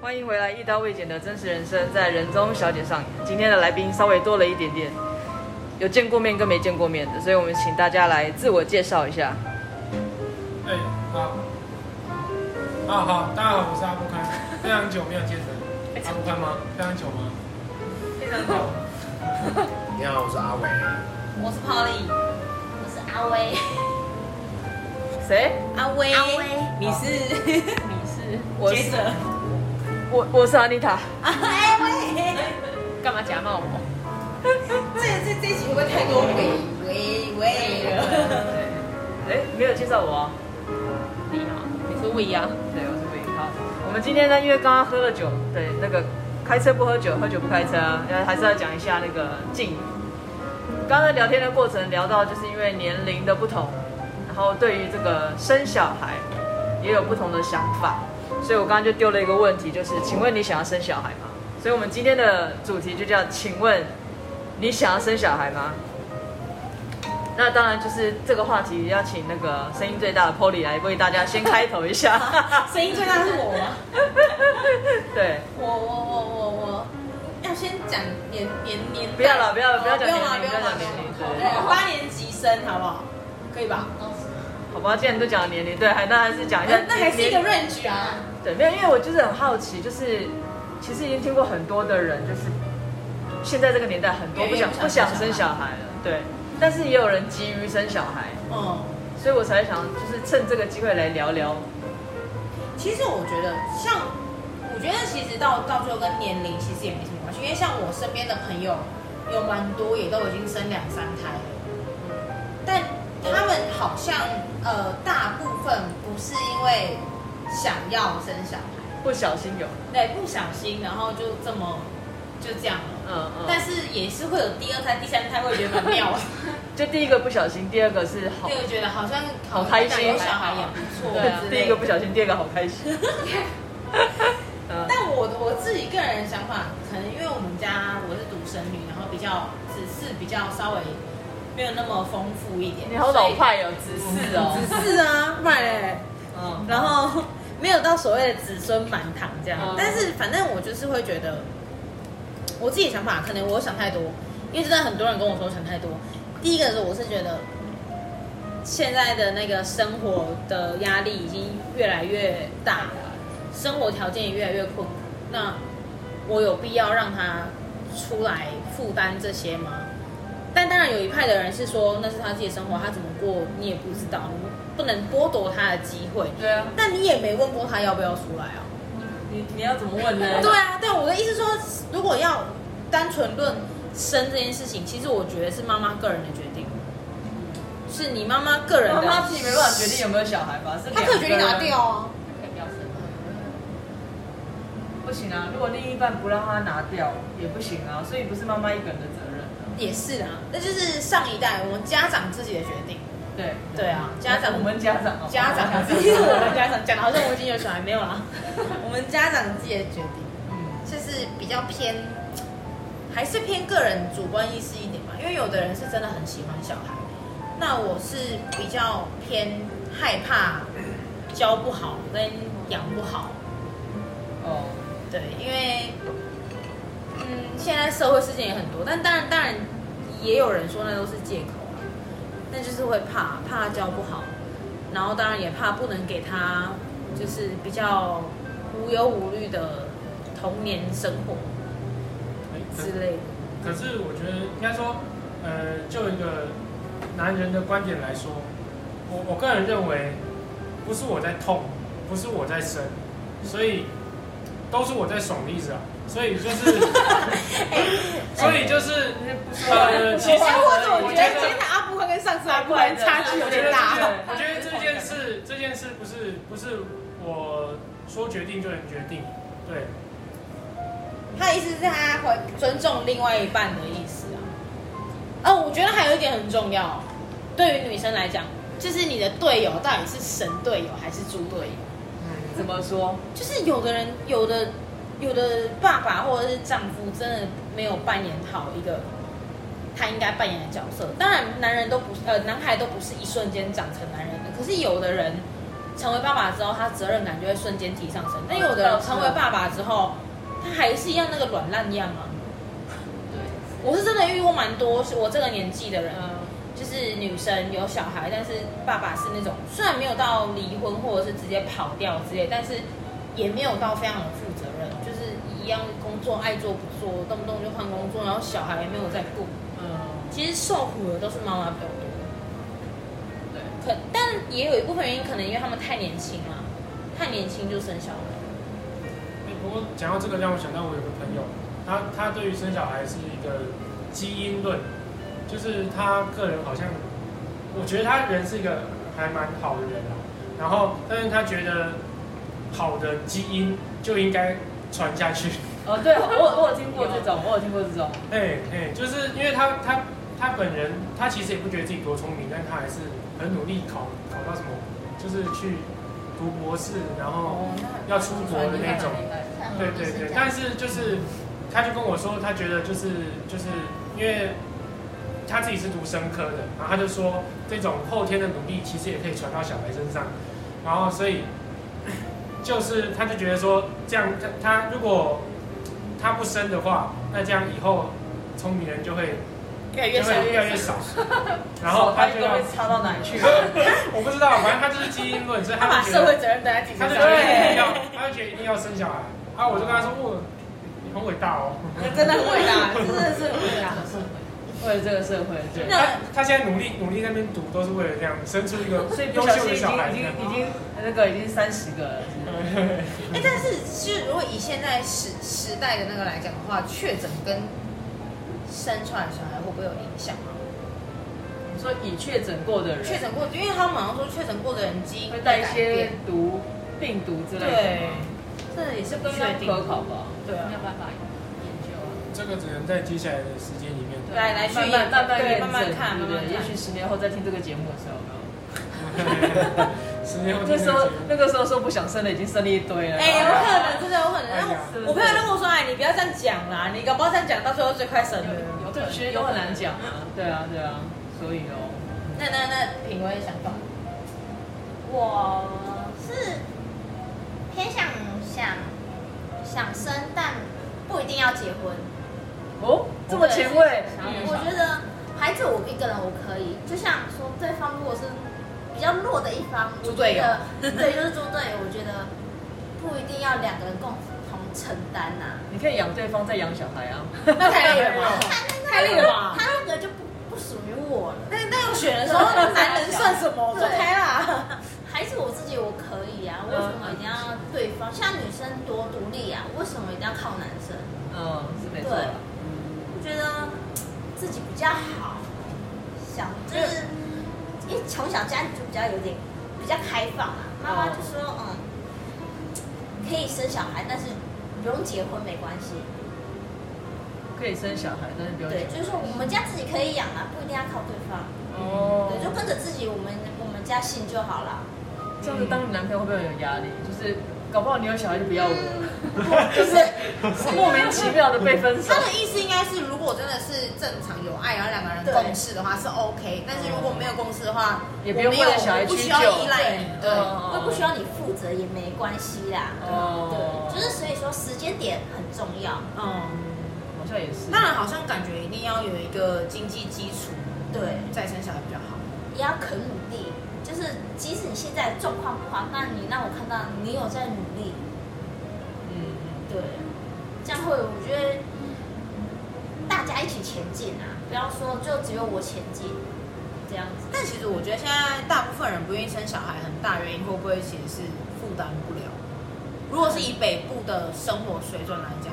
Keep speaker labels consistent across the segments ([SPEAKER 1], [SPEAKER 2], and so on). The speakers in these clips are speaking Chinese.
[SPEAKER 1] 欢迎回来，一刀未剪的真实人生在人中小姐上演。今天的来宾稍微多了一点点，有见过面跟没见过面的，所以我们请大家来自我介绍一下。
[SPEAKER 2] 哎，好，啊好，大家好，我是阿布开，非常久没有见人，阿布开哎吗？非常久吗？
[SPEAKER 1] 非常好，
[SPEAKER 3] 你好，我是阿伟。
[SPEAKER 4] 我是 Polly，
[SPEAKER 5] 我是阿威，
[SPEAKER 1] 谁？
[SPEAKER 4] 阿威，
[SPEAKER 5] 阿威
[SPEAKER 4] 你是，
[SPEAKER 5] 你是？
[SPEAKER 1] 我
[SPEAKER 4] 接
[SPEAKER 1] 是
[SPEAKER 4] 着，
[SPEAKER 1] 我我是 Anita。
[SPEAKER 5] 哦阿威，
[SPEAKER 4] 干嘛假冒我？
[SPEAKER 5] 这这这集会不会太多喂喂喂了？
[SPEAKER 1] 哎，没有介绍我、啊。
[SPEAKER 4] 你好，你是啊未央，
[SPEAKER 1] 对，我是魏好，我们今天呢，因为刚刚喝了酒，对，那个开车不喝酒，喝酒不开车，那还是要讲一下那个敬语。刚才聊天的过程聊到，就是因为年龄的不同，然后对于这个生小孩也有不同的想法，所以我刚刚就丢了一个问题，就是请问你想要生小孩吗？所以我们今天的主题就叫请问你想要生小孩吗？那当然就是这个话题要请那个声音最大的 Polly 来为大家先开头一下。
[SPEAKER 4] 声音最大是我吗？
[SPEAKER 1] 对，
[SPEAKER 5] 我我我我我要先讲年年年代
[SPEAKER 1] 不要了，不要了，
[SPEAKER 5] 哦
[SPEAKER 1] 不要讲年
[SPEAKER 5] 不用了
[SPEAKER 1] 龄，不要讲年龄，
[SPEAKER 5] 不用
[SPEAKER 1] 对，哦
[SPEAKER 5] 了，八年级生好不好？可以吧？哎
[SPEAKER 1] 好吧，既然都讲了年龄，对，还那还是讲一下
[SPEAKER 5] 呃那还是一个
[SPEAKER 1] 年龄
[SPEAKER 5] range 啊，
[SPEAKER 1] 对，没有，因为我就是很好奇，就是其实已经听过很多的人，就是现在这个年代很多
[SPEAKER 5] 越来
[SPEAKER 1] 不
[SPEAKER 5] 越
[SPEAKER 1] 想不
[SPEAKER 5] 不想
[SPEAKER 1] 想生
[SPEAKER 5] 生
[SPEAKER 1] 小
[SPEAKER 5] 小
[SPEAKER 1] 孩了，对，但是也有人急于生小孩，
[SPEAKER 5] 嗯。
[SPEAKER 1] 所以我才想就是趁这个机会来聊聊，
[SPEAKER 5] 其实我觉得，像我觉得其实到到最后跟年龄其实也没什么关系，因为像我身边的朋友有蛮多也都已经生两三胎了，但他们好像呃大部分不是因为想要生小孩，
[SPEAKER 1] 不小心有，
[SPEAKER 5] 对，不小心然后就这么就这样了。
[SPEAKER 1] 嗯
[SPEAKER 5] 但
[SPEAKER 1] 嗯，
[SPEAKER 5] 是也是会有第二胎、第三胎，会觉得蛮妙的，
[SPEAKER 1] 就第一个不小心，第二个是好
[SPEAKER 5] 就，觉得好像
[SPEAKER 1] 好开心
[SPEAKER 5] 有小孩也不错。
[SPEAKER 4] 对啊
[SPEAKER 5] 之类的
[SPEAKER 1] 第一个不小心，第二个好开心，嗯
[SPEAKER 5] 但我我自己个人想法，可能因为我们家我是独生女，然后比较只是比较稍微没有那么丰富一点。嗯
[SPEAKER 1] 你好老派哦，只是哦，
[SPEAKER 5] 只是啊，不然嘞，
[SPEAKER 1] 嗯
[SPEAKER 5] 然后没有到所谓的子孙满堂这样。
[SPEAKER 1] 嗯
[SPEAKER 5] 但是反正我就是会觉得，我自己的想法可能我想太多，因为真的很多人跟我说想太多。第一个是我是觉得现在的那个生活的压力已经越来越大了，生活条件也越来越困苦。那我有必要让他出来负担这些吗？但当然有一派的人是说那是他自己的生活，他怎么过你也不知道，你不能剥夺他的机会。
[SPEAKER 1] 对啊，
[SPEAKER 5] 但你也没问过他要不要出来啊？
[SPEAKER 4] 你你要怎么问呢？
[SPEAKER 5] 对啊，对我的意思说，如果要单纯论生这件事情，其实我觉得是妈妈个人的决定，是你妈妈个人
[SPEAKER 1] 妈
[SPEAKER 5] 的。
[SPEAKER 1] 妈自己没办法决定有没有小孩吧？是
[SPEAKER 5] 她可以决定拿
[SPEAKER 1] 两个人
[SPEAKER 5] 掉啊。
[SPEAKER 4] 可以不要生吗
[SPEAKER 1] 不行啊，如果另一半不让他拿掉也不行啊，所以不是妈妈一个人的责任啊。
[SPEAKER 5] 也是啊，那就是上一代我们家长自己的决定。
[SPEAKER 1] 对
[SPEAKER 5] 对啊，家长
[SPEAKER 1] 我们家长哦
[SPEAKER 5] 家长自己，我们家长讲的好像我已经有小孩没有啊啦， 我们家长自己的决定。
[SPEAKER 1] 嗯，
[SPEAKER 5] 就是比较偏，还是偏个人主观意识一点吧。因为有的人是真的很喜欢小孩，那我是比较偏害怕教不好跟养不好。
[SPEAKER 1] 哦，
[SPEAKER 5] 对，因为嗯，现在社会事件也很多，但当然当然也有人说那都是借口啊，那就是会怕怕教不好，然后当然也怕不能给他就是比较无忧无虑的童年生活。
[SPEAKER 2] 哎可
[SPEAKER 5] 之类的。
[SPEAKER 2] 可是我觉得应该说，呃，就一个男人的观点来说，我我个人认为，不是我在痛，不是我在生，所以都是我在爽的意思啊。所以 就是，所以就是，呃，其
[SPEAKER 5] 哎，
[SPEAKER 2] 实
[SPEAKER 5] 或者我
[SPEAKER 2] 我
[SPEAKER 5] 觉
[SPEAKER 2] 觉
[SPEAKER 5] 得今
[SPEAKER 2] 得
[SPEAKER 5] 天的阿布宽跟上次阿布宽差距有
[SPEAKER 2] 我觉
[SPEAKER 5] 点
[SPEAKER 2] 得
[SPEAKER 5] 大。
[SPEAKER 2] 我觉得这件事，这件事不是不是我说决定就能决定，对，
[SPEAKER 5] 他的意思是他会尊重另外一半的意思啊。哦，我觉得还有一点很重要，对于女生来讲，就是你的队友到底是神队友还是猪队友？
[SPEAKER 2] 嗯
[SPEAKER 1] 怎么说？
[SPEAKER 5] 就是有的人，有的有的爸爸或者是丈夫真的没有扮演好一个他应该扮演的角色。当然，男人都不是呃，男孩都不是一瞬间长成男人的，可是有的人成为爸爸之后，他责任感就会瞬间提上升。但有的
[SPEAKER 4] 倒
[SPEAKER 5] 人
[SPEAKER 4] 是
[SPEAKER 5] 成为爸爸之后，他还是一样那个软烂样啊。
[SPEAKER 4] 对，
[SPEAKER 5] 我是真的遇过蛮多，是我这个年纪的人，
[SPEAKER 1] 嗯，
[SPEAKER 5] 就是女生有小孩，但是爸爸是那种虽然没有到离婚或者是直接跑掉之类，但是也没有到非常负责任，就是一样工作爱做不做，动不动就换工作，然后小孩也没有在顾。
[SPEAKER 1] 嗯，
[SPEAKER 5] 其实受苦的都是妈妈比较多。可但也有一部分原因，可能因为他们太年轻了，太年轻就生小孩。
[SPEAKER 2] 哎不过讲到这个，让我想到我有个朋友，他他对于生小孩是一个基因论，就是他个人好像，我觉得他人是一个还蛮好的人啊。然后，但是他觉得好的基因就应该传下去。
[SPEAKER 1] 哦，对，我我有听过这种，我有听过这种，
[SPEAKER 2] 哎哎，就是因为他他他本人，他其实也不觉得自己多聪明，但他还是很努力考考到什么，就是去读博士，然后
[SPEAKER 5] 哦，那
[SPEAKER 2] 要出国的那种。对
[SPEAKER 4] 对
[SPEAKER 2] 对对，但是就是他就跟我说，他觉得就是就是因为他自己是读生科的，然后他就说这种后天的努力其实也可以传到小孩身上，然后所以就是他就觉得说这样他他如果他不生的话，那这样以后聪明人就会
[SPEAKER 1] 哎
[SPEAKER 5] 越
[SPEAKER 2] 就
[SPEAKER 5] 来越少
[SPEAKER 2] 会越来越少， 然后他
[SPEAKER 1] 手
[SPEAKER 2] 就
[SPEAKER 1] 都
[SPEAKER 2] 要
[SPEAKER 1] 会差到哪里去？啊
[SPEAKER 2] 我不知道，反正他就是基因论，所以
[SPEAKER 5] 他
[SPEAKER 2] 他
[SPEAKER 5] 把
[SPEAKER 2] 就觉得
[SPEAKER 5] 社会责任担在自己
[SPEAKER 2] 他
[SPEAKER 5] 身
[SPEAKER 2] 就
[SPEAKER 5] 上。
[SPEAKER 2] 觉得一定要，他就觉得一定要生小孩。啊，我就跟他说，我你很伟大哦。
[SPEAKER 5] 真的很伟大，真的是很伟大。
[SPEAKER 1] 为了这个社会，
[SPEAKER 2] 对，
[SPEAKER 5] 那
[SPEAKER 2] 他他现在努力努力那边读，都是为了这样生出一个
[SPEAKER 1] 所以不
[SPEAKER 2] 优
[SPEAKER 1] 小
[SPEAKER 2] 秀
[SPEAKER 1] 心已经
[SPEAKER 2] 的小孩
[SPEAKER 1] 已。经已经那个已经三十个了，
[SPEAKER 5] 哎、但是是如果以现在时时代的那个来讲的话，确诊跟生出来的小孩会不会有影响啊？
[SPEAKER 1] 你说已确诊过的人，
[SPEAKER 5] 确诊过，因为他们好像说确诊过的人基因
[SPEAKER 1] 会带一
[SPEAKER 5] 改
[SPEAKER 1] 些
[SPEAKER 5] 变
[SPEAKER 1] 毒病毒之类的
[SPEAKER 5] 对
[SPEAKER 1] 吗，，
[SPEAKER 5] 这也是不
[SPEAKER 1] 应
[SPEAKER 5] 确
[SPEAKER 1] 该不
[SPEAKER 5] 定。
[SPEAKER 1] 可考吧？
[SPEAKER 5] 对啊
[SPEAKER 4] 没有，办法研究啊。
[SPEAKER 2] 这个只能在接下来的时间里面。
[SPEAKER 5] 来来去
[SPEAKER 1] 慢慢慢慢
[SPEAKER 5] 对
[SPEAKER 1] 验
[SPEAKER 5] 慢慢
[SPEAKER 1] 证
[SPEAKER 5] 看
[SPEAKER 1] 对不对
[SPEAKER 5] 慢慢看
[SPEAKER 1] 也许十年后再听这个节目的时候，有没有
[SPEAKER 2] 十年后
[SPEAKER 1] 那
[SPEAKER 2] 听这
[SPEAKER 1] 时
[SPEAKER 2] 个
[SPEAKER 1] 候
[SPEAKER 2] 节目
[SPEAKER 1] 那个时候说不想生的，已经生了一堆了。
[SPEAKER 5] 哎、有
[SPEAKER 1] 然后
[SPEAKER 5] 可能，真的有可能。
[SPEAKER 2] 哎
[SPEAKER 5] 然后
[SPEAKER 2] 呀
[SPEAKER 5] 我我朋友就跟我说：“哎，你不要这样讲啦，你搞不好这样讲，到最后最快生了。
[SPEAKER 4] 有
[SPEAKER 1] 对，其实都很难讲啊。对啊，对啊，所以哦，”
[SPEAKER 5] 那那那品味的想法，
[SPEAKER 6] 我是偏向想想生，但不一定要结婚。
[SPEAKER 1] 哦，这么前卫，
[SPEAKER 4] 嗯
[SPEAKER 6] 我觉得孩子我一个人我可以，就像说对方如果是比较弱的一方，我
[SPEAKER 5] 猪队
[SPEAKER 6] 觉
[SPEAKER 5] 友
[SPEAKER 6] 得对，就是猪队友。我觉得不一定要两个人共同承担啊呐、
[SPEAKER 1] 你可以养对方，再养小孩啊。
[SPEAKER 5] 那太累了吧？太累了吧？
[SPEAKER 6] 他那个就不不属于我了。
[SPEAKER 5] 那那要选的时候，男人算什么？我说开啦。
[SPEAKER 6] 孩子我自己我可以啊，为什么一定要对方？像女生多独立啊，为什么一定要靠男生？
[SPEAKER 1] 嗯，是没错
[SPEAKER 6] 对
[SPEAKER 1] 啦。
[SPEAKER 6] 我觉得自己比较好，想就是因为从小家里就比较有点比较开放啊，妈妈就说嗯，可以生小孩，但是不用结婚没关系。
[SPEAKER 1] 可以生小孩，但是不用
[SPEAKER 6] 对，就是说我们家自己可以养啊，不一定要靠对方。
[SPEAKER 1] 哦
[SPEAKER 6] 对，就跟着自己我们我们家姓就好了。
[SPEAKER 1] 这样子当你男朋友会不会有压力？就是搞不好你有小孩就不要我，
[SPEAKER 5] 就是
[SPEAKER 1] 莫名其妙的被分 手
[SPEAKER 5] 他。的意思应该是，如果真的是正常有爱，然后两个人共事的话是 OK，但是如果没有共事的话，
[SPEAKER 1] 也不
[SPEAKER 5] 我没
[SPEAKER 1] 用
[SPEAKER 5] 有，
[SPEAKER 1] 为了小孩
[SPEAKER 5] 我不
[SPEAKER 1] 屈
[SPEAKER 5] 需
[SPEAKER 1] 就
[SPEAKER 5] 要依赖你。对，
[SPEAKER 6] 我也不需要你负责也没关系啦。
[SPEAKER 1] 嗯哦
[SPEAKER 6] 对，就是所以说时间点很重要。
[SPEAKER 5] 嗯，
[SPEAKER 1] 好像也是。
[SPEAKER 5] 当然好像感觉一定要有一个经济基础，
[SPEAKER 6] 对，
[SPEAKER 5] 再生小孩比较好。
[SPEAKER 6] 也要肯努力。就是即使你现在状况不好，但你让我看到你有在努力，
[SPEAKER 1] 嗯，嗯
[SPEAKER 6] 对，这样会我觉得大家一起前进啊，不要说就只有我前进这样子。
[SPEAKER 5] 但其实我觉得现在大部分人不愿意生小孩，很大原因会不会其实是负担不了？如果是以北部的生活水准来讲，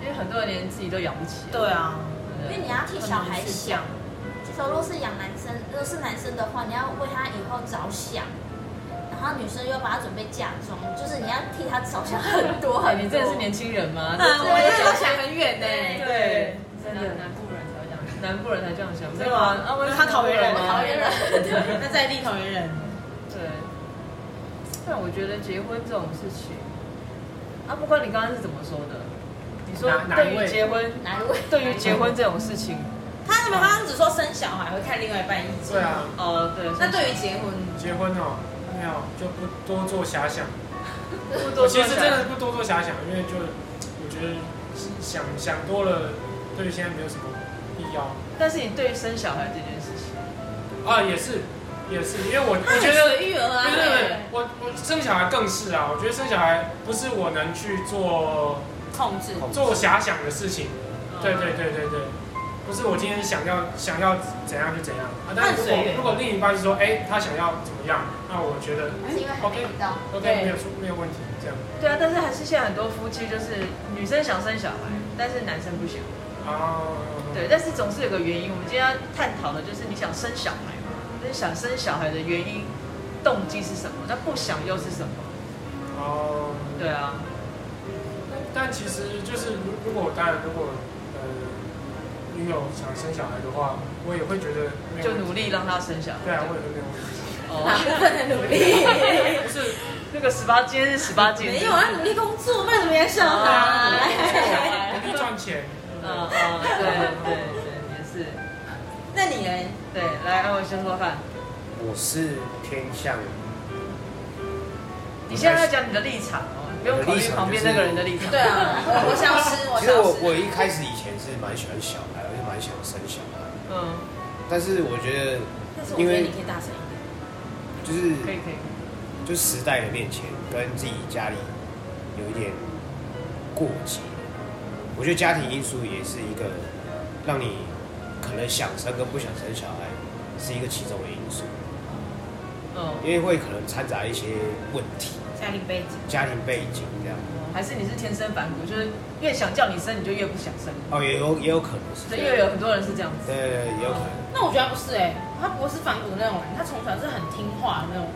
[SPEAKER 1] 因为很多人连自己都养不起。
[SPEAKER 5] 对啊，
[SPEAKER 6] 因
[SPEAKER 1] 对
[SPEAKER 6] 为你要替小孩想，就说若是养男生，若是男生的话，你要为他以后着想，然后女生又把他准备嫁妆，就是你要替他着想很多
[SPEAKER 1] 哇，
[SPEAKER 6] 很
[SPEAKER 1] 你
[SPEAKER 6] 多。
[SPEAKER 1] 真的是年轻人吗？
[SPEAKER 5] 啊，我们
[SPEAKER 1] 这
[SPEAKER 5] 这都想很远呢、
[SPEAKER 1] 对，真
[SPEAKER 4] 真
[SPEAKER 1] 的
[SPEAKER 4] 的南部人才会这样。
[SPEAKER 1] 南部人才这样想，
[SPEAKER 5] 真的吗
[SPEAKER 1] 啊，我也是
[SPEAKER 5] 他桃园人
[SPEAKER 1] 南部
[SPEAKER 5] 桃
[SPEAKER 6] 园人
[SPEAKER 1] 对
[SPEAKER 5] 那在地桃园人，
[SPEAKER 1] 对。但我觉得结婚这种事情，啊，不管你刚刚是怎么说的，你说
[SPEAKER 2] 哪哪
[SPEAKER 1] 对
[SPEAKER 2] 一
[SPEAKER 1] 于
[SPEAKER 2] 位
[SPEAKER 1] 结婚，
[SPEAKER 6] 难为。
[SPEAKER 1] 对于结婚这种事情，
[SPEAKER 5] 他怎么他只说生小孩会看另外一半意见？
[SPEAKER 2] 对啊，
[SPEAKER 1] 呃，对，
[SPEAKER 5] 那对于结婚，
[SPEAKER 2] 结婚哦，没有就不多做遐想。
[SPEAKER 1] 不
[SPEAKER 2] 我
[SPEAKER 1] 多
[SPEAKER 2] 其
[SPEAKER 1] 说
[SPEAKER 2] 实真的不多做遐想，因为就我觉得想想多了，对于现在没有什么必要。
[SPEAKER 1] 但是你对于生小孩这件事情，
[SPEAKER 2] 啊，也是也是，因为我我
[SPEAKER 5] 他很
[SPEAKER 2] 觉得。
[SPEAKER 5] 随遇而
[SPEAKER 2] 不是不是不是
[SPEAKER 5] 安，欸
[SPEAKER 2] 我我生小孩更是啊，我觉得生小孩不是我能去做
[SPEAKER 5] 控制。
[SPEAKER 2] 做遐想的事情，
[SPEAKER 1] 嗯
[SPEAKER 2] 对对对对对，不是我今天想要想要怎样就怎样啊。但是如
[SPEAKER 5] 按随
[SPEAKER 2] 果
[SPEAKER 5] 缘
[SPEAKER 2] 如果另一半是说，哎、他想要怎么样，那我觉得
[SPEAKER 6] 是因为还没遇到，
[SPEAKER 2] OK
[SPEAKER 5] 对
[SPEAKER 2] 没有出没有问题，这样
[SPEAKER 1] 对啊，但是还是现在很多夫妻就是女生想生小孩，
[SPEAKER 2] 嗯
[SPEAKER 1] 但是男生不想。
[SPEAKER 2] 啊。
[SPEAKER 1] 对，但是总是有个原因。我们今天要探讨的就是你想生小孩嘛，就是想生小孩的原因、动机是什么？那不想又是什么？
[SPEAKER 2] 哦、
[SPEAKER 1] 对啊，
[SPEAKER 2] 但其实就是如如果当然如果呃女友想生小孩的话，我也会觉得没有
[SPEAKER 1] 就
[SPEAKER 2] 问题
[SPEAKER 1] 努力让他生小孩。
[SPEAKER 2] 对啊，我也会没有问题。
[SPEAKER 1] 哦，
[SPEAKER 5] 很努力，
[SPEAKER 2] 不是
[SPEAKER 1] 那个十八，今天是十八禁。
[SPEAKER 5] 没有啊，努力工作，不然怎么养小
[SPEAKER 2] 啊
[SPEAKER 5] 孩？
[SPEAKER 2] 努力赚钱，
[SPEAKER 1] 嗯嗯，对对对，也是。
[SPEAKER 5] 那你呢？
[SPEAKER 1] 对，来，让我先说看。
[SPEAKER 3] 我是偏向
[SPEAKER 1] 你现在要讲你的立场哦，你不用考虑旁边那个人的立场。
[SPEAKER 5] 对 啊，我消失，我
[SPEAKER 3] 其实
[SPEAKER 5] 消
[SPEAKER 3] 我
[SPEAKER 5] 失。
[SPEAKER 3] 我一开始以前是蛮喜欢小孩，我就蛮想生小孩，
[SPEAKER 1] 嗯，
[SPEAKER 3] 但是我觉得
[SPEAKER 5] 但是我觉得你可以大声一点。
[SPEAKER 3] 就是
[SPEAKER 1] 可以可以。
[SPEAKER 3] 就时代的面前，跟自己家里有一点过节，我觉得家庭因素也是一个让你可能想生跟不想生小孩是一个其中的因素，
[SPEAKER 1] 嗯，
[SPEAKER 3] 因为会可能掺杂一些问题，
[SPEAKER 5] 家庭背景，
[SPEAKER 3] 家庭背景这样，
[SPEAKER 1] 还是你是天生反骨，就是越想叫你生，你就越不想生。
[SPEAKER 3] 哦，也有也有可能是
[SPEAKER 1] 所
[SPEAKER 3] 这
[SPEAKER 1] 以
[SPEAKER 3] 样，
[SPEAKER 1] 又有很多人是这样子。
[SPEAKER 3] 对，也有可能。
[SPEAKER 5] 那我觉得他不是哎、他不是反骨那种人，他从小是很听话的那种。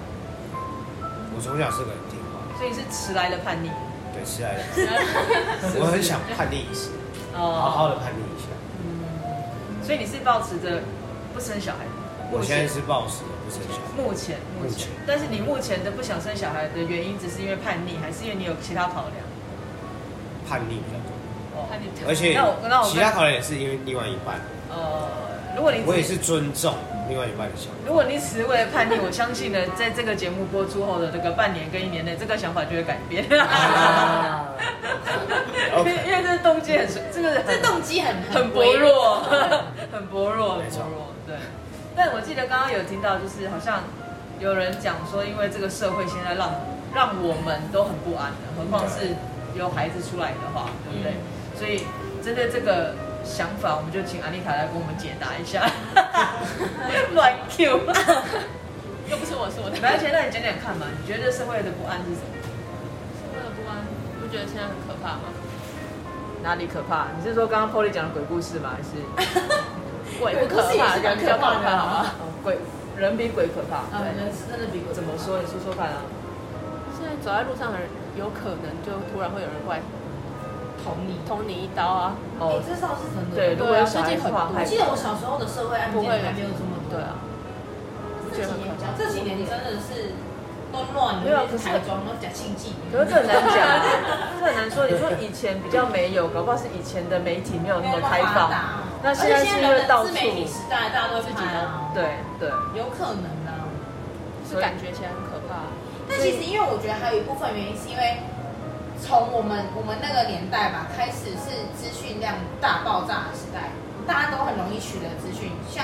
[SPEAKER 3] 我从小是个很听话，
[SPEAKER 1] 所以是迟来的叛逆。
[SPEAKER 3] 对，吃来的，我很想叛逆一次，好好的叛逆一下。
[SPEAKER 1] 哦所以你是保持着不生小孩的目
[SPEAKER 3] 我现在
[SPEAKER 1] 前
[SPEAKER 3] 是暴食的，不生小孩。
[SPEAKER 1] 目前目
[SPEAKER 3] 目
[SPEAKER 1] 前
[SPEAKER 3] 前，
[SPEAKER 1] 但是你目前的不想生小孩的原因，只是因为叛逆，还是因为你有其他考量？
[SPEAKER 3] 叛逆比较多，
[SPEAKER 1] 哦，
[SPEAKER 3] 而且
[SPEAKER 1] 那我那我跟
[SPEAKER 3] 其他考量也是因为另外一半，
[SPEAKER 1] 呃，如果你
[SPEAKER 3] 我也
[SPEAKER 1] 只
[SPEAKER 3] 是尊重另外一半的想法。
[SPEAKER 1] 如果你只是为了叛逆，我相信呢，在这个节目播出后的这个半年跟一年内，这个想法就会改变。
[SPEAKER 3] 啊
[SPEAKER 1] 因为
[SPEAKER 3] OK，
[SPEAKER 1] 因为这动机很，这个
[SPEAKER 5] 这
[SPEAKER 1] 很
[SPEAKER 5] 动机很
[SPEAKER 1] 很薄
[SPEAKER 5] 微
[SPEAKER 1] 弱，很薄弱，很
[SPEAKER 3] 没
[SPEAKER 1] 薄
[SPEAKER 3] 错
[SPEAKER 1] 弱。对，但我记得刚刚有听到，就是好像有人讲说，因为这个社会现在让让我们都很不安了，何况是有孩子出来的话，对不对？
[SPEAKER 4] 嗯
[SPEAKER 1] 所以针对这个想法，我们就请安妮塔来给我们解答 一下。乱 Q，
[SPEAKER 4] 又不是我说的。
[SPEAKER 1] 没关系，那你讲讲看嘛，你觉得社会的不安是什么？
[SPEAKER 4] 为了不安，你不觉得现在很可怕吗？
[SPEAKER 1] 哪里可怕？你是说刚刚 Polly 讲的鬼故事吗？还是
[SPEAKER 4] 鬼
[SPEAKER 5] 不可怕啊人比较可怕好吗？
[SPEAKER 1] 哦鬼人比鬼可怕？
[SPEAKER 5] 啊，人是真的比鬼
[SPEAKER 1] 怎么说？你说说看啊。
[SPEAKER 4] 现在走在路上的人，有可能就突然会有人过来
[SPEAKER 5] 捅你？
[SPEAKER 4] 捅你一刀啊！
[SPEAKER 5] 哎
[SPEAKER 1] 哦，，
[SPEAKER 5] 这倒是真的。
[SPEAKER 1] 对，如果有小孩
[SPEAKER 4] 最近
[SPEAKER 1] 的
[SPEAKER 4] 很
[SPEAKER 1] 话，
[SPEAKER 4] 多
[SPEAKER 5] 我
[SPEAKER 1] 还
[SPEAKER 5] 记得我小时候的社会案件
[SPEAKER 4] 不会
[SPEAKER 5] 还没有这么
[SPEAKER 4] 对
[SPEAKER 5] 多。
[SPEAKER 4] 啊，
[SPEAKER 6] 这几年比较
[SPEAKER 5] 这几年真的是都乱，
[SPEAKER 1] 没有啊
[SPEAKER 5] 尤
[SPEAKER 1] 可
[SPEAKER 5] 其是
[SPEAKER 1] 是
[SPEAKER 5] 台中都假庆忌。
[SPEAKER 1] 可是这很难讲 啊，这很难说。你说以前比较没有，搞不好是以前的媒体没有那么开放。 那现在是因为到
[SPEAKER 5] 而
[SPEAKER 1] 处
[SPEAKER 5] 且现在人的自媒体时代，大家都会拍啊，
[SPEAKER 1] 对对，
[SPEAKER 5] 有可能啊。
[SPEAKER 4] 是感觉起来很可怕。
[SPEAKER 5] 但其实，因为我觉得还有一部分原因是因为从我们我们那个年代吧，开始是资讯量大爆炸的时代，大家都很容易取得资讯，像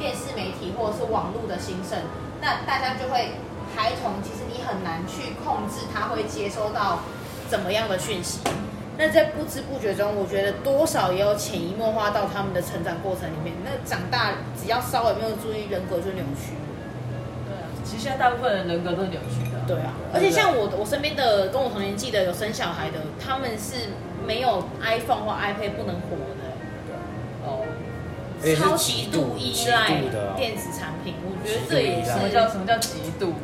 [SPEAKER 5] 电视媒体或者是网络的兴盛，那大家就会孩童其实你很难去控制他会接收到怎么样的讯息。那在不知不觉中，我觉得多少也有潜移默化到他们的成长过程里面。那长大只要稍微没有注意，人格就扭曲了。
[SPEAKER 1] 其实现在大部分人人格都是扭曲的。
[SPEAKER 5] 对啊，而且像我我身边的跟我同年纪的有生小孩的，他们是没有 iPhone 或 iPad 不能活的，
[SPEAKER 1] 哦，
[SPEAKER 3] 而且是
[SPEAKER 5] 超
[SPEAKER 3] 极
[SPEAKER 5] 级
[SPEAKER 3] 度
[SPEAKER 5] 依赖
[SPEAKER 3] 极度的哦
[SPEAKER 5] 电子产品。我觉得这也
[SPEAKER 3] 极
[SPEAKER 5] 是
[SPEAKER 1] 什
[SPEAKER 3] 度
[SPEAKER 1] 么
[SPEAKER 3] 依
[SPEAKER 1] 叫什么叫极度？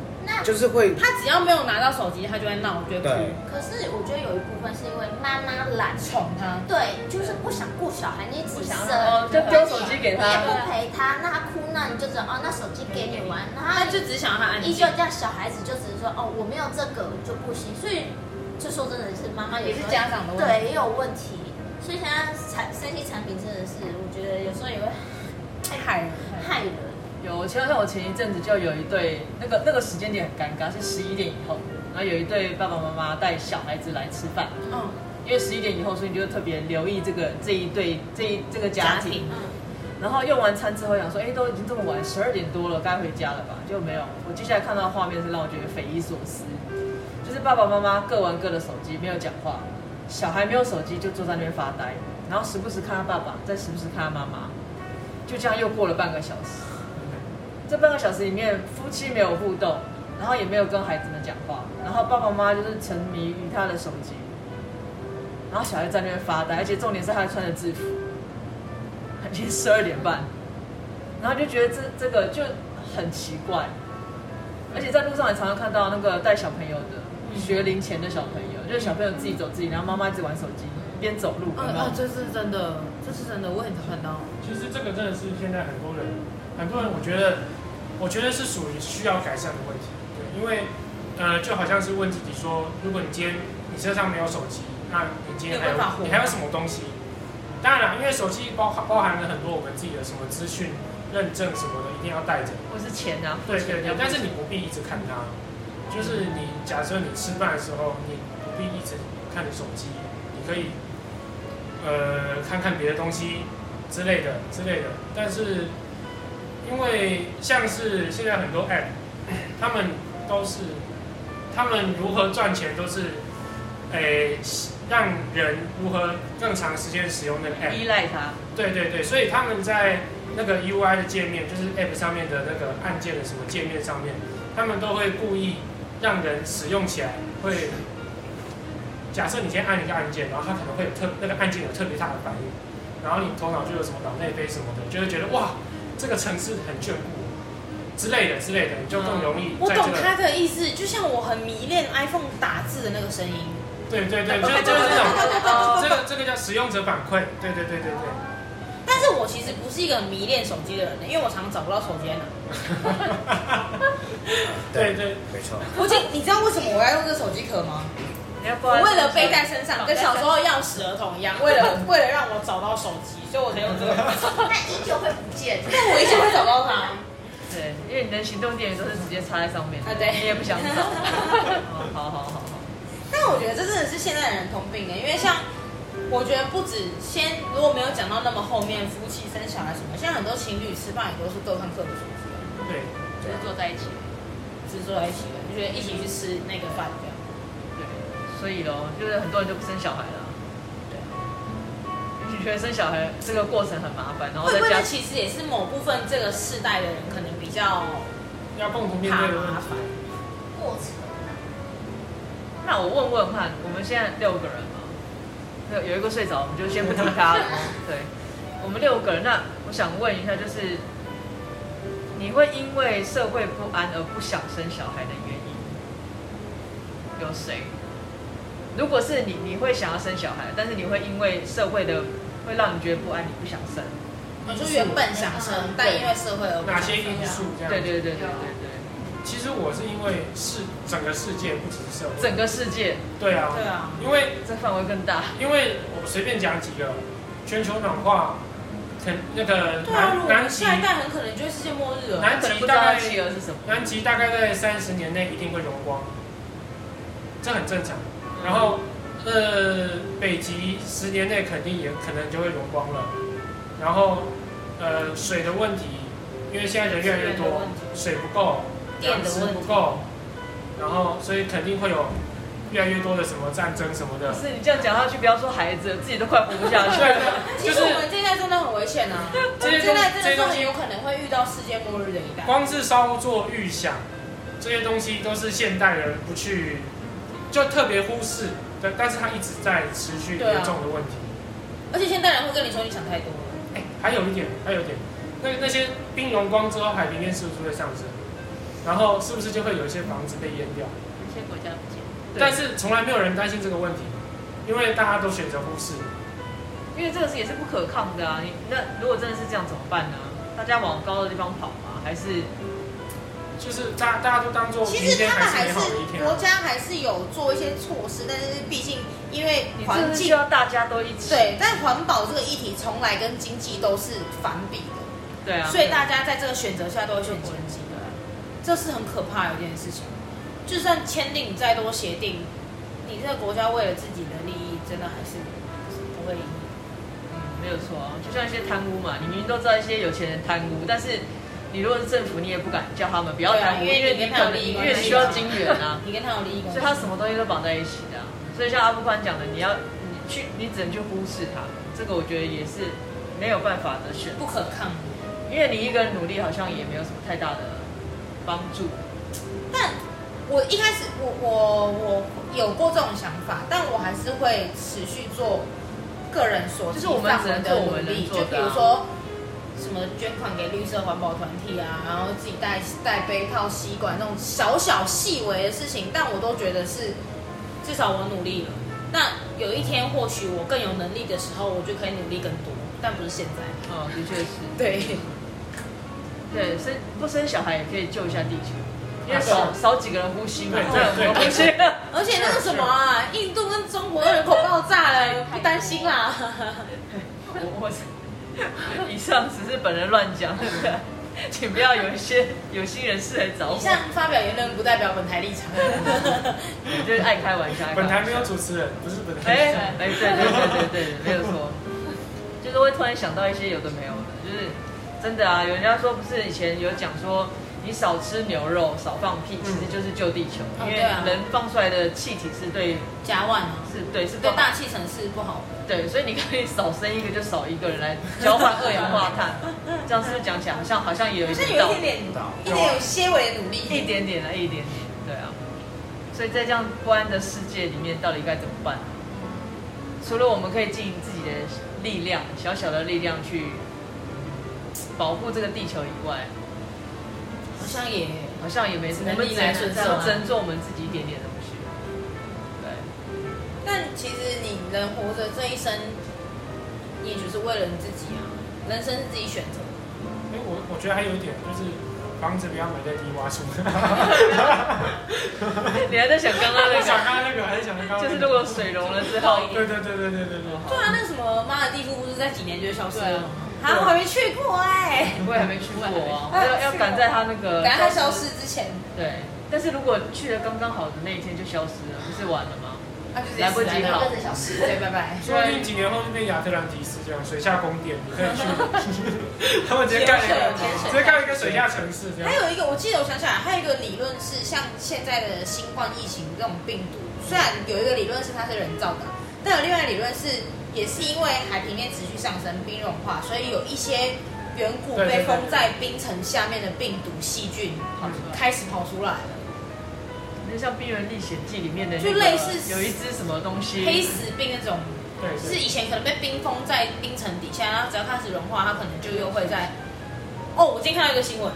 [SPEAKER 3] 就是会
[SPEAKER 5] 他只要没有拿到手机，他就会闹，就会哭，
[SPEAKER 3] 对
[SPEAKER 6] 可是我觉得有一部分是因为妈妈懒，
[SPEAKER 5] 宠他。
[SPEAKER 6] 对，就是不想顾小孩，你只
[SPEAKER 1] 不
[SPEAKER 6] 是
[SPEAKER 1] 想哦，就丢手机给
[SPEAKER 6] 你也
[SPEAKER 1] 他。
[SPEAKER 6] 不陪他，那他哭那你就知道哦，那手机给你玩，那
[SPEAKER 5] 他
[SPEAKER 6] 他
[SPEAKER 5] 就只想让他安
[SPEAKER 6] 依
[SPEAKER 5] 静
[SPEAKER 6] 旧。这样，小孩子就只是说哦，我没有这个我就不行，所以就说真的是妈妈有时候
[SPEAKER 5] 也是家长的问题
[SPEAKER 6] 对，也有问题。所以现在产三 C 产品真的是，我觉得有时候也会
[SPEAKER 5] 太害人了，
[SPEAKER 6] 害人。
[SPEAKER 1] 有，像像我前一阵子就有一对，那个那个时间点很尴尬，是十一点以后，然后有一对爸爸妈妈带小孩子来吃饭，
[SPEAKER 5] 嗯，
[SPEAKER 1] 因为十一点以后，所以你就特别留意这个这一对这一这个家庭。然后用完餐之后想说，哎，都已经这么晚，十二点多了，该回家了吧？就没有。我接下来看到的画面是让我觉得匪夷所思，就是爸爸妈妈各玩各的手机，没有讲话，小孩没有手机就坐在那边发呆，然后时不时看他爸爸，再时不时看他妈妈，就这样又过了半个小时。
[SPEAKER 5] 嗯
[SPEAKER 1] 这半个小时里面，夫妻没有互动，然后也没有跟孩子们讲话，然后爸爸妈妈就是沉迷于他的手机，然后小孩在那边发呆，而且重点是他还穿着制服，已经十二点半，然后就觉得这这个就很奇怪，而且在路上也常常看到那个带小朋友
[SPEAKER 5] 嗯
[SPEAKER 1] 的学龄前的小朋友，就是小朋友自己走自己，然后妈妈一直玩手机，边走路，有没有
[SPEAKER 5] 哦，这是真的，这是真的，我很常看到。
[SPEAKER 2] 其实这个真的是现在很多人，很多人我觉得，我觉得是属于需要改善的问题。对，因为呃，就好像是问自己说，如果你今天你车上没有手机，那你今天还有
[SPEAKER 5] 没有办法活
[SPEAKER 2] 你还有什么东西？当然了，因为手机包包含了很多我们自己的什么资讯、认证什么的，一定要带着。
[SPEAKER 1] 或是钱啊，
[SPEAKER 2] 对对对，但是你不必一直看它，就是你假设你吃饭的时候，你不必一直看手机，你可以呃看看别的东西之类的之类的。但是因为像是现在很多 app，他们都是他们如何赚钱都是，诶、让人如何更长时间使用那个 app。
[SPEAKER 1] 依赖他，
[SPEAKER 2] 对对对，所以他们在那个 UI 的界面，就是 App 上面的那个按键的什么界面上面，他们都会故意让人使用起来会。假设你先按一个按键，然后它可能会有特那个按键有特别大的反应，然后你头脑就有什么脑内啡什么的，就会觉得哇，这个城市很眷顾我之类的之类的，你就更容易
[SPEAKER 5] 我
[SPEAKER 2] 在这
[SPEAKER 5] 懂
[SPEAKER 2] 个、
[SPEAKER 5] 他的意思，就像我很迷恋 iPhone 打字的那个声音。
[SPEAKER 2] 对对对，就是就是这种这个这个叫使用者反馈，对对对对对。
[SPEAKER 5] 但是我其实不是一个迷恋手机的人，因为我常常找不到手机在哪。
[SPEAKER 2] 对对，
[SPEAKER 3] 没错，
[SPEAKER 5] 我就你知道为什么我要用这手机壳吗？
[SPEAKER 1] 你要挂
[SPEAKER 5] 我
[SPEAKER 1] 在
[SPEAKER 5] 为了
[SPEAKER 1] 身上
[SPEAKER 5] 背啊在身上，啊跟小时候钥匙儿童一样，为了 为了让我找到手机，所以我才用这个。
[SPEAKER 6] 但依旧会不见。
[SPEAKER 5] 但 我一定会找到它。
[SPEAKER 1] 对，因为你的行动电源都是直接插在上面，
[SPEAKER 5] 啊对
[SPEAKER 1] 你也不想找。哦好好好好，
[SPEAKER 5] 但我觉得这真的是现代人通病欸的，因为像我觉得不止先，如果没有讲到那么后面夫妻生小孩什么，现在很多情侣吃饭也都是各看各的手机，
[SPEAKER 2] 对，
[SPEAKER 4] 就是坐在一起。
[SPEAKER 5] 只坐在一起的，就觉得一起去吃那个饭这样。
[SPEAKER 1] 对，所以咯，就是很多人就不生小孩了。对啊，尤其觉得生小孩这个过程很麻烦，然后
[SPEAKER 5] 会
[SPEAKER 1] 再
[SPEAKER 5] 不会
[SPEAKER 1] 加
[SPEAKER 5] 这其实也是某部分这个世代的人可能比较
[SPEAKER 2] 要共同面
[SPEAKER 5] 怕
[SPEAKER 2] 对的问
[SPEAKER 5] 麻
[SPEAKER 2] 题。
[SPEAKER 5] 烦？
[SPEAKER 6] 过程啊，
[SPEAKER 1] 那我问问看，我们现在六个人嘛，那有一个睡着，我们就先不提他了。对，我们六个人，那我想问一下，就是你会因为社会不安而不想生小孩的原因有谁？如果是你，你会想要生小孩，但是你会因为社会的会让你觉得不安，你不想生。
[SPEAKER 5] 你说原本想生，但因为社会而不
[SPEAKER 2] 哪
[SPEAKER 5] 想
[SPEAKER 2] 些
[SPEAKER 5] 生
[SPEAKER 2] 因素？这样？
[SPEAKER 1] 对对对对对对，
[SPEAKER 2] 其实我是因为是整个世界，不只是社会。
[SPEAKER 1] 整个世界
[SPEAKER 2] 对啊，
[SPEAKER 5] 对啊，
[SPEAKER 2] 因为
[SPEAKER 1] 这范围更大。
[SPEAKER 2] 因为我随便讲几个，全球暖化，肯那个
[SPEAKER 5] 对啊，
[SPEAKER 2] 南
[SPEAKER 5] 如果
[SPEAKER 2] 南极
[SPEAKER 5] 下一代很可能就是世界末日了。
[SPEAKER 2] 南
[SPEAKER 1] 可能
[SPEAKER 2] 极
[SPEAKER 1] 不知
[SPEAKER 2] 大
[SPEAKER 1] 道它
[SPEAKER 2] 概
[SPEAKER 1] 的企鹅是什么。
[SPEAKER 2] 南极大概在三十年内一定会融光，这很正常。然后呃，北极十年内肯定也可能就会融光了。然后呃，水的问题，因为现在人越来越
[SPEAKER 5] 水的
[SPEAKER 2] 多
[SPEAKER 5] 问题，
[SPEAKER 2] 水不够，
[SPEAKER 5] 电
[SPEAKER 2] 粮
[SPEAKER 5] 的
[SPEAKER 2] 食
[SPEAKER 5] 问题
[SPEAKER 2] 不够，然后所以肯定会有越来越多的什么战争什么的
[SPEAKER 1] 不。是你这样讲下去，不要说孩子，自己都快活不 下去
[SPEAKER 2] 对
[SPEAKER 1] 了。，
[SPEAKER 5] 其
[SPEAKER 2] 就
[SPEAKER 5] 实
[SPEAKER 2] 是
[SPEAKER 5] 我们这一代真的很危险啊！我
[SPEAKER 2] 这
[SPEAKER 5] 们
[SPEAKER 2] 些
[SPEAKER 5] 这一
[SPEAKER 2] 东
[SPEAKER 5] 代真
[SPEAKER 2] 这
[SPEAKER 5] 的
[SPEAKER 2] 些
[SPEAKER 5] 是
[SPEAKER 2] 东
[SPEAKER 5] 很
[SPEAKER 2] 西，
[SPEAKER 5] 有可能会遇到世界末日的一代。
[SPEAKER 2] 光是稍作预想，这些东西都是现代人不去就特别忽视，对，但是它一直在持续
[SPEAKER 5] 对啊
[SPEAKER 2] 严重的问题。
[SPEAKER 5] 而且现代人会跟你说你想太多了，
[SPEAKER 2] 哎、还有一点，还有一点，那那些冰融光之后，海平面是不是会上升？然后是不是就会有一些房子被淹掉？
[SPEAKER 4] 有些国家不见，
[SPEAKER 1] 对
[SPEAKER 2] 但是从来没有人担心这个问题，因为大家都选择忽视。
[SPEAKER 1] 因为这个是也是不可抗的啊。你那如果真的是这样怎么办呢？大家往高的地方跑吗？还是
[SPEAKER 2] 就是大大家都当做明
[SPEAKER 5] 其实
[SPEAKER 2] 天
[SPEAKER 5] 他们
[SPEAKER 2] 还
[SPEAKER 5] 还
[SPEAKER 2] 是美好
[SPEAKER 5] 是
[SPEAKER 2] 的一天
[SPEAKER 5] 国
[SPEAKER 2] 啊。
[SPEAKER 5] 家还是有做一些措施，但是毕竟因为
[SPEAKER 1] 你这
[SPEAKER 5] 环
[SPEAKER 1] 是需
[SPEAKER 5] 境
[SPEAKER 1] 要大家都一起？
[SPEAKER 5] 对，但环保这个议题从来跟经济都是反比的。
[SPEAKER 1] 对啊，
[SPEAKER 5] 所以大家在这个选择下都会选经济的，这是很可怕的一件事情。就算签订再多协定，你这个国家为了自己的利益，真的还是不会赢。
[SPEAKER 1] 嗯没有错啊，就像一些贪污嘛，你明明都知道一些有钱人贪污，但是你如果是政府，你也不敢叫他们不要贪污，
[SPEAKER 5] 对啊因为
[SPEAKER 1] 为
[SPEAKER 5] 你
[SPEAKER 1] 你
[SPEAKER 5] 跟
[SPEAKER 1] 可
[SPEAKER 5] 他有
[SPEAKER 1] 能
[SPEAKER 5] 利益
[SPEAKER 1] 你
[SPEAKER 5] 关
[SPEAKER 1] 越
[SPEAKER 5] 系
[SPEAKER 1] 需要
[SPEAKER 5] 嘛
[SPEAKER 1] 金源啊，
[SPEAKER 5] 你跟他有利益关系，
[SPEAKER 1] 所以他什么东西都绑在一起的啊、所以像阿布宽讲的，你要你去，你只能去忽视它，这个我觉得也是没有办法的选择
[SPEAKER 5] 不可抗。
[SPEAKER 1] 因为你一个人努力好像也没有什么太大的帮助。
[SPEAKER 5] 但我一开始我我我有过这种想法，但我还是会持续做个人所及
[SPEAKER 1] 就是我们
[SPEAKER 5] 范
[SPEAKER 1] 只
[SPEAKER 5] 围
[SPEAKER 1] 能
[SPEAKER 5] 的
[SPEAKER 1] 做我
[SPEAKER 5] 努
[SPEAKER 1] 们
[SPEAKER 5] 力，
[SPEAKER 1] 能做
[SPEAKER 5] 就
[SPEAKER 1] 的啊
[SPEAKER 5] 比如说什么捐款给绿色环保团体啊，然后自己带带杯套、吸管那种小小细微的事情，但我都觉得是至少我努力了。那有一天或许我更有能力的时候，我就可以努力更多，但不是现在。
[SPEAKER 1] 嗯，的确是，
[SPEAKER 5] 对，
[SPEAKER 1] 对，生不生小孩也可以救一下地球，因
[SPEAKER 2] 啊
[SPEAKER 1] 为
[SPEAKER 2] 是啊
[SPEAKER 1] 少少几个人呼吸嘛，
[SPEAKER 2] 对
[SPEAKER 1] 这样
[SPEAKER 2] 对
[SPEAKER 1] 我们呼吸。
[SPEAKER 5] 而且那个什么啊，印度跟中国人口爆炸了，不担心啦。
[SPEAKER 1] 我我是以上只是本人乱讲，对不对？ 请不要有一些有心人士来找我
[SPEAKER 5] 以，上发表言论不代表本台 立场。
[SPEAKER 1] 我就是爱开玩笑。爱开玩笑
[SPEAKER 2] 本台没有主持人，不是本
[SPEAKER 1] 哎
[SPEAKER 2] 台。
[SPEAKER 1] 哎，对对对对对，没有错，就是会突然想到一些有的没有的，就是真的啊。有人家说不是以前有讲说，你少吃牛肉，少放屁，其实就是救地球，
[SPEAKER 5] 哦
[SPEAKER 1] 因为
[SPEAKER 5] 对啊
[SPEAKER 1] 人放出来的气体是对
[SPEAKER 5] 甲烷哦，
[SPEAKER 1] 是对是不
[SPEAKER 5] 对
[SPEAKER 1] 好
[SPEAKER 5] 大气层是不好的。
[SPEAKER 1] 对，所以你可以少生一个就少一个人来交换二氧化碳，这样是不是讲起来好像好像也有一
[SPEAKER 5] 就是
[SPEAKER 1] 点
[SPEAKER 5] 有
[SPEAKER 1] 道
[SPEAKER 5] 一
[SPEAKER 1] 理
[SPEAKER 5] 点？点
[SPEAKER 3] 道，
[SPEAKER 5] 一点有些微的努力。
[SPEAKER 1] 一点点啊，一点点，对啊。所以在这样不安的世界里面，到底该怎么办？除了我们可以尽自己的力量，小小的力量去保护这个地球以外，
[SPEAKER 5] 好像也
[SPEAKER 1] 好像也没什么。
[SPEAKER 5] 能
[SPEAKER 1] 我们
[SPEAKER 5] 力
[SPEAKER 1] 只能
[SPEAKER 5] 来顺
[SPEAKER 1] 只能
[SPEAKER 5] 受啊
[SPEAKER 1] 珍重我们自己一点点的东西。对，
[SPEAKER 5] 但其实你人活着这一生，你也就是为了你自己啊，人生是自己选择。
[SPEAKER 2] 哎，我我觉得还有一点就是，房子不要买在低洼 处。
[SPEAKER 1] 你还在想刚刚那
[SPEAKER 2] 很想
[SPEAKER 1] 个，
[SPEAKER 2] 刚刚那个，很想刚刚那个。
[SPEAKER 1] 就是如果水溶了之 后，
[SPEAKER 2] 对对对对对对对。
[SPEAKER 5] 对啊，那个什么马尔蒂夫不是在几年就消失了
[SPEAKER 2] 对啊
[SPEAKER 5] 吗？啊，我还没去过哎，
[SPEAKER 1] 我也还没去过啊，
[SPEAKER 5] 我也还
[SPEAKER 1] 要要
[SPEAKER 5] 没去过
[SPEAKER 1] 赶在它那个
[SPEAKER 5] 赶快它消失之前，
[SPEAKER 1] 对，但是如果去了刚刚好的那一天就消失了，不是完了吗？
[SPEAKER 5] 它就直接
[SPEAKER 1] 来不及
[SPEAKER 5] 死在那
[SPEAKER 1] 跑
[SPEAKER 6] 跟着小时。
[SPEAKER 5] 对，拜拜。
[SPEAKER 2] 说不定几年后就变亚特兰蒂斯这样，水下宫殿，你可以 去。他们直接盖一个，直接盖一个水下城市这样
[SPEAKER 5] 还。有一个，我记得我想起来，还有一个理论是，像现在的新冠疫情这种病毒，虽然有一个理论是它是人造的，但有另外一个理论是，也是因为海平面持续上升、冰融化，所以有一些远古
[SPEAKER 2] 对对嗯
[SPEAKER 5] 被
[SPEAKER 2] 对
[SPEAKER 5] 封在冰层下面的病毒细菌
[SPEAKER 1] 跑出来，
[SPEAKER 5] 开始跑出来了，
[SPEAKER 1] 那像《冰原历险记》里面的、那个，
[SPEAKER 5] 就类似
[SPEAKER 1] 有一只什么东
[SPEAKER 2] 嗯
[SPEAKER 1] 西，
[SPEAKER 5] 黑死病那种，
[SPEAKER 2] 对，
[SPEAKER 5] 就是以前可能被冰封在冰层底下，然后只要开始融化，它可能就又会在。哦，我今天看到一个新闻，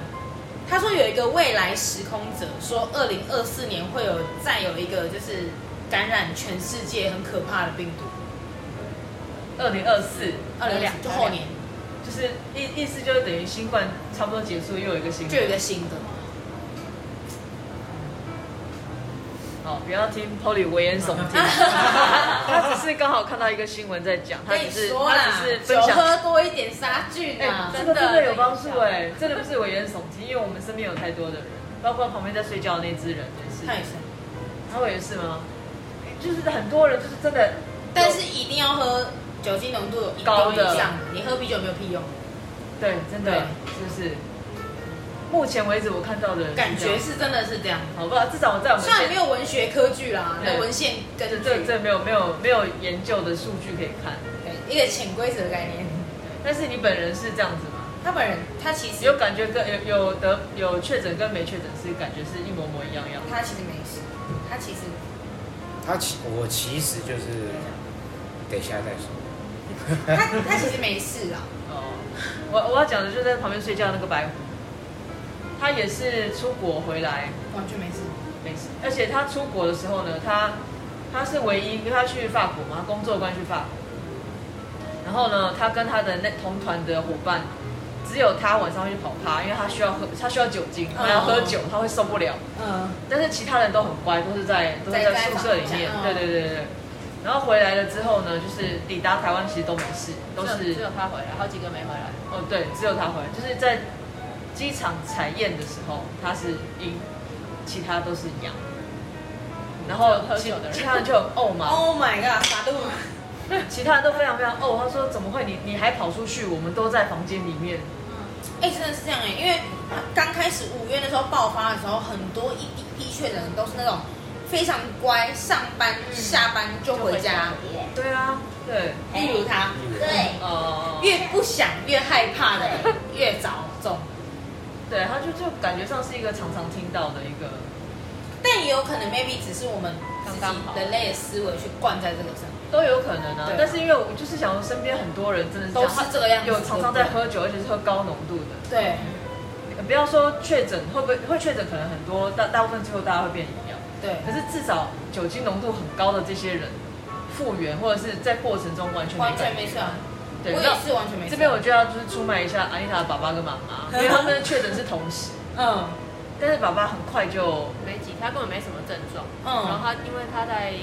[SPEAKER 5] 他说有一个未来时空者说，二零二四年会有再有一个就是感染全世界很可怕的病毒，
[SPEAKER 1] 二零二四，
[SPEAKER 5] 二零两就后年
[SPEAKER 1] 就是意意思就是等于新冠差不多结束，又有一个新
[SPEAKER 5] 就
[SPEAKER 1] 冠
[SPEAKER 5] 有一个新的嘛。
[SPEAKER 1] 哦，不要听 Polly 危言耸 听，他他只是刚好看到一个新闻在讲，他
[SPEAKER 5] 跟你
[SPEAKER 1] 只是
[SPEAKER 5] 说
[SPEAKER 1] 他
[SPEAKER 5] 啦
[SPEAKER 1] 只是，
[SPEAKER 5] 酒
[SPEAKER 1] 分享。
[SPEAKER 5] 喝多一点杀菌啊，
[SPEAKER 1] 哎这个真的有帮助哎、真的不是危言耸听，因为我们身边有太多的人，包括旁边在睡觉的那只人也是
[SPEAKER 5] 看，一下。
[SPEAKER 1] 他会也是吗？就是很多人就是真的，
[SPEAKER 5] 但是一定要喝酒精浓度有一定
[SPEAKER 1] 高的
[SPEAKER 5] 以上的，你喝啤酒没有屁用，
[SPEAKER 1] 对，真
[SPEAKER 5] 对
[SPEAKER 1] 的就是目前为止我看到的是这样
[SPEAKER 5] 感觉是真的是这样。
[SPEAKER 1] 好不好？至少我在我们
[SPEAKER 5] 虽然没有文学科据啦，
[SPEAKER 1] 对
[SPEAKER 5] 那文献根
[SPEAKER 1] 这
[SPEAKER 5] 据
[SPEAKER 1] 这这没有没有没有研究的数据可以看，
[SPEAKER 5] 对一个潜规则的概念。
[SPEAKER 1] 但是你本人是这样子吗？
[SPEAKER 5] 他本人他其实
[SPEAKER 1] 有感觉跟有有得有确诊跟没确诊是感觉是一模模一样样。
[SPEAKER 5] 他其实没事，他其实
[SPEAKER 3] 他其我其实就是等一下再说。
[SPEAKER 5] 他他其实没事啊。
[SPEAKER 1] 哦，我我要讲的就是在旁边睡觉那个白虎，他也是出国回来
[SPEAKER 5] 完全没事，
[SPEAKER 1] 没事，而且他出国的时候呢，他他是唯一，因为他去法国嘛，他工作的关系去法国。然后呢，他跟他的那同团的伙伴，只有他晚上会去跑趴，因为他需要喝，他需要酒精，他要喝酒，他会受不了。
[SPEAKER 5] 嗯，
[SPEAKER 1] 但是其他人都很乖，都是在都是
[SPEAKER 5] 在
[SPEAKER 1] 在宿舍里面嗯
[SPEAKER 5] 在房，
[SPEAKER 1] 对
[SPEAKER 5] 间
[SPEAKER 1] 对对对对。然后回来了之后呢，就是抵达台湾其实都没事，都
[SPEAKER 4] 只有
[SPEAKER 1] 是
[SPEAKER 4] 只有他回来，好几个没回来。
[SPEAKER 1] 哦对，只有他回来，就是在机场采验的时候他是阴，其他都是阳。然后
[SPEAKER 4] 只有喝
[SPEAKER 1] 其
[SPEAKER 4] 酒的人
[SPEAKER 1] 其他人就很哦嘛，
[SPEAKER 5] Oh my god，法度
[SPEAKER 1] 其他人都非常非常哦。他说怎么会你你还跑出去？我们都在房间里面。
[SPEAKER 5] 哎、真的是这样哎、因为刚开始五月那时候爆发的时候，很多一第一批确诊的人都是那种非常乖，上班、
[SPEAKER 4] 嗯
[SPEAKER 5] 下班就回家，
[SPEAKER 6] 耶
[SPEAKER 1] 对啊，对，
[SPEAKER 5] 例如他，
[SPEAKER 6] 对，
[SPEAKER 4] 嗯
[SPEAKER 1] 哦、
[SPEAKER 5] 越不想越害怕的越早中，
[SPEAKER 1] 对，他就就感觉上是一个常常听到的一个，
[SPEAKER 5] 但也有可能 maybe 只是我们自
[SPEAKER 4] 刚
[SPEAKER 5] 己
[SPEAKER 4] 刚好
[SPEAKER 5] 人类的思维去灌在这个上。
[SPEAKER 1] 都有可能啊
[SPEAKER 5] 对。
[SPEAKER 1] 但是因为我就是想，身边很多人真的是
[SPEAKER 5] 都是这个样子
[SPEAKER 1] 有常常在喝酒，而且是喝高浓度的。
[SPEAKER 5] 对，
[SPEAKER 1] 不要说确诊会不会会确诊，可能很多大大部分最后大家会变一样。
[SPEAKER 5] 对，
[SPEAKER 1] 可是至少酒精浓度很高的这些人复原，或者是在过程中完全没
[SPEAKER 5] 完
[SPEAKER 1] 感
[SPEAKER 5] 全
[SPEAKER 1] 觉
[SPEAKER 5] 没事啊，我
[SPEAKER 1] 对，
[SPEAKER 5] 也
[SPEAKER 1] 那
[SPEAKER 5] 是完全没事。
[SPEAKER 1] 这边我就要就是出卖一下安妮塔的爸爸跟妈妈，因为他们确诊是同时，
[SPEAKER 5] 嗯
[SPEAKER 1] 但是爸爸很快就
[SPEAKER 4] 没几，他根本没什么症状。
[SPEAKER 5] 嗯
[SPEAKER 4] 然后他因为他在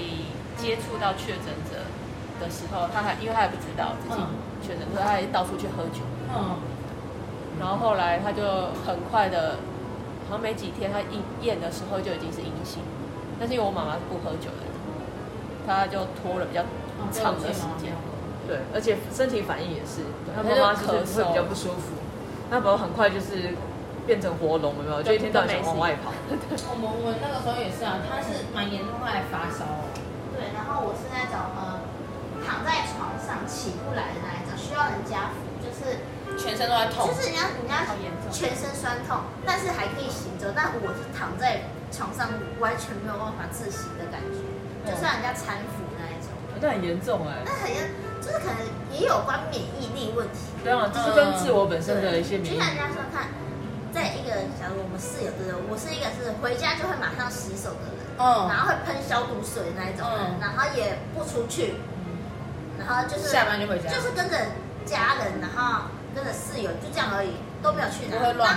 [SPEAKER 4] 接触到确诊者的时候，他还因为他也不知道自己
[SPEAKER 5] 嗯
[SPEAKER 4] 确诊，所以他还到处去喝酒。
[SPEAKER 5] 嗯，
[SPEAKER 4] 然后后来他就很快的，好像没几天他一验的时候就已经是阴性。但是因为我妈妈是不喝酒的人，她就拖了比较
[SPEAKER 5] 嗯
[SPEAKER 4] 长的时间。
[SPEAKER 1] 对，而且身体反应也是，他
[SPEAKER 4] 他就
[SPEAKER 1] 妈妈就是
[SPEAKER 4] 咳
[SPEAKER 1] 会
[SPEAKER 4] 嗽
[SPEAKER 1] 比较不舒服，那宝宝很快就是变成活龙，有没有？就
[SPEAKER 4] 对
[SPEAKER 1] 一天到晚想往外跑。
[SPEAKER 5] 我们我那个时候也是啊，他是蛮严重，他还发烧哦。
[SPEAKER 6] 对，然后我是那种呃躺在床上起不来的那一种，需要人家扶，就是
[SPEAKER 5] 全身都在痛
[SPEAKER 6] 就。是人家人家
[SPEAKER 4] 好严重
[SPEAKER 6] 全身酸痛，但是还可以行走，但我是躺在床上完全没有办法自行的感觉，就算人家搀扶那一种，
[SPEAKER 1] 那很严重哎、
[SPEAKER 6] 那很有就是可能也有关免疫力问题。
[SPEAKER 1] 对啊，这是跟自我本身的一些免
[SPEAKER 6] 就
[SPEAKER 1] 疫。
[SPEAKER 6] 像
[SPEAKER 4] 嗯
[SPEAKER 6] 人家说看，在一个假如我们室友对不对？我是一个是回家就会马上洗手的人，
[SPEAKER 1] 哦
[SPEAKER 5] 嗯
[SPEAKER 6] 然后会喷消毒水那一种人，
[SPEAKER 5] 嗯
[SPEAKER 6] 然后也不出去，
[SPEAKER 1] 嗯
[SPEAKER 6] 然后就是
[SPEAKER 5] 下班就回家
[SPEAKER 6] 就是跟着家人，然后跟着室友，就这样而已，都没有去哪。
[SPEAKER 5] 不会
[SPEAKER 6] 当
[SPEAKER 5] 乱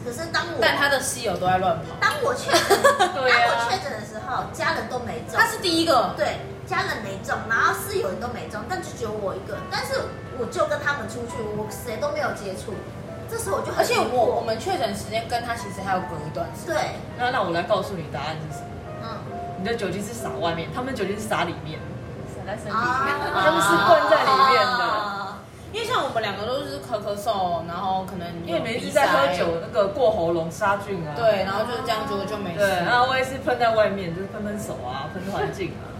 [SPEAKER 6] 可是当我
[SPEAKER 5] 但他的室友都在乱跑。
[SPEAKER 6] 当 我确诊，当
[SPEAKER 1] 对啊
[SPEAKER 6] 我确诊的时候，家人都没中
[SPEAKER 5] 他，是第一个，
[SPEAKER 6] 对，家人没中，然后室友也都没中，但就只有我一个，但是我就跟他们出去，我谁都没有接触，这时候我就很
[SPEAKER 5] 而且
[SPEAKER 6] 疑
[SPEAKER 5] 我
[SPEAKER 6] 惑
[SPEAKER 5] 我们确诊时间跟他其实还有隔一段时
[SPEAKER 6] 对，
[SPEAKER 5] 间。
[SPEAKER 1] 那让我来告诉你答案是什么？
[SPEAKER 6] 嗯，
[SPEAKER 1] 你的酒精是撒外面，他们酒精是撒里面。
[SPEAKER 4] 散在身体里面，
[SPEAKER 6] 啊
[SPEAKER 1] 他们是灌在里面的
[SPEAKER 5] 啊因为像我们两个都是咳咳嗽，然后可能有
[SPEAKER 1] 因为每次在喝酒，那个过喉咙杀菌啊。
[SPEAKER 5] 鼻塞，对，然后就这样就就没事。
[SPEAKER 1] 对，然后我也是喷在外面，就是喷喷手啊，喷环境啊。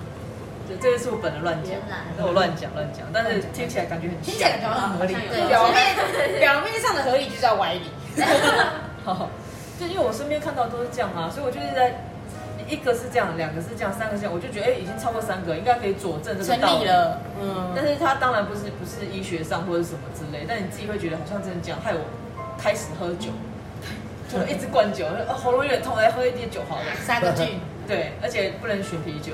[SPEAKER 1] 对，这个是我本人乱讲
[SPEAKER 6] 原来，
[SPEAKER 1] 那我乱讲乱讲，但是听起来感觉很
[SPEAKER 5] 听起来感觉好像很合理，
[SPEAKER 4] 好像有
[SPEAKER 5] 对
[SPEAKER 4] 道理
[SPEAKER 5] 表 面表面上的合理就叫歪理。
[SPEAKER 1] 好， 就因为我身边看到都是这样啊，所以我就是在一个是这样，两个是这样，三个是这样，我就觉得哎、已经超过三个，应该可以佐证这
[SPEAKER 5] 成
[SPEAKER 1] 个道
[SPEAKER 5] 立
[SPEAKER 1] 理。
[SPEAKER 5] 了，嗯，
[SPEAKER 1] 但是它当然不是不是医学上或者什么之类，但你自己会觉得好像真的这样，害我开始喝 酒，就一直灌酒，呃喉咙有点痛，来喝一点酒好了。
[SPEAKER 5] 三个 句。
[SPEAKER 1] 对，而且不能选 啤酒，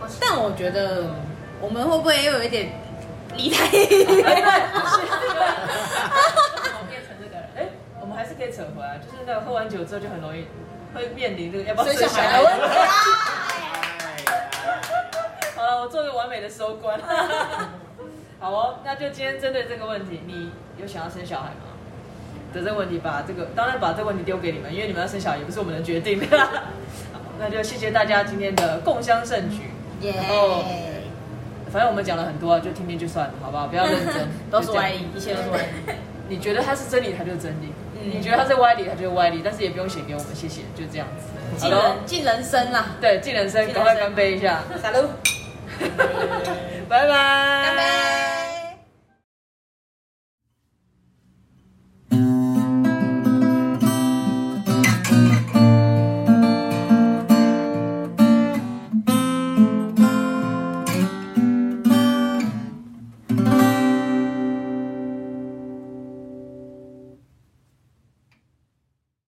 [SPEAKER 6] 我是
[SPEAKER 5] 但我觉得我们会不会又有一点离太？
[SPEAKER 1] 哎对啊是对
[SPEAKER 4] 我变成这个人。
[SPEAKER 1] 哎，我们还是可以扯回来，就是那个喝完酒之后就很容易会面临这个要不要
[SPEAKER 5] 生
[SPEAKER 1] 生
[SPEAKER 5] 小
[SPEAKER 1] 小
[SPEAKER 5] 孩，
[SPEAKER 1] 孩的问题。
[SPEAKER 3] 哎
[SPEAKER 1] 好了，我做个完美的收官。 好哦，那就今天针对这个问题，你有想要生小孩吗？的这个问题，把这个当然把这个问题丢给你们，因为你们要生小孩也不是我们能决定的。 好，那就谢谢大家今天的共襄盛举。
[SPEAKER 6] 耶
[SPEAKER 1] 然后反正我们讲了很多啊，就听听就算了，好不好？不要认真
[SPEAKER 5] 都是
[SPEAKER 1] 就这样
[SPEAKER 5] 歪理，一切都是歪理。
[SPEAKER 1] 你觉得它是真理，它就是真理；
[SPEAKER 5] 嗯
[SPEAKER 1] 你觉得它是歪理，它就是歪理。但是也不用写给我们，谢谢，就这样子。好
[SPEAKER 5] 尽
[SPEAKER 1] 了
[SPEAKER 5] 人， 尽人生啦。
[SPEAKER 1] 对，敬人生，赶快干杯一下，
[SPEAKER 5] 撒喽。
[SPEAKER 1] 拜拜。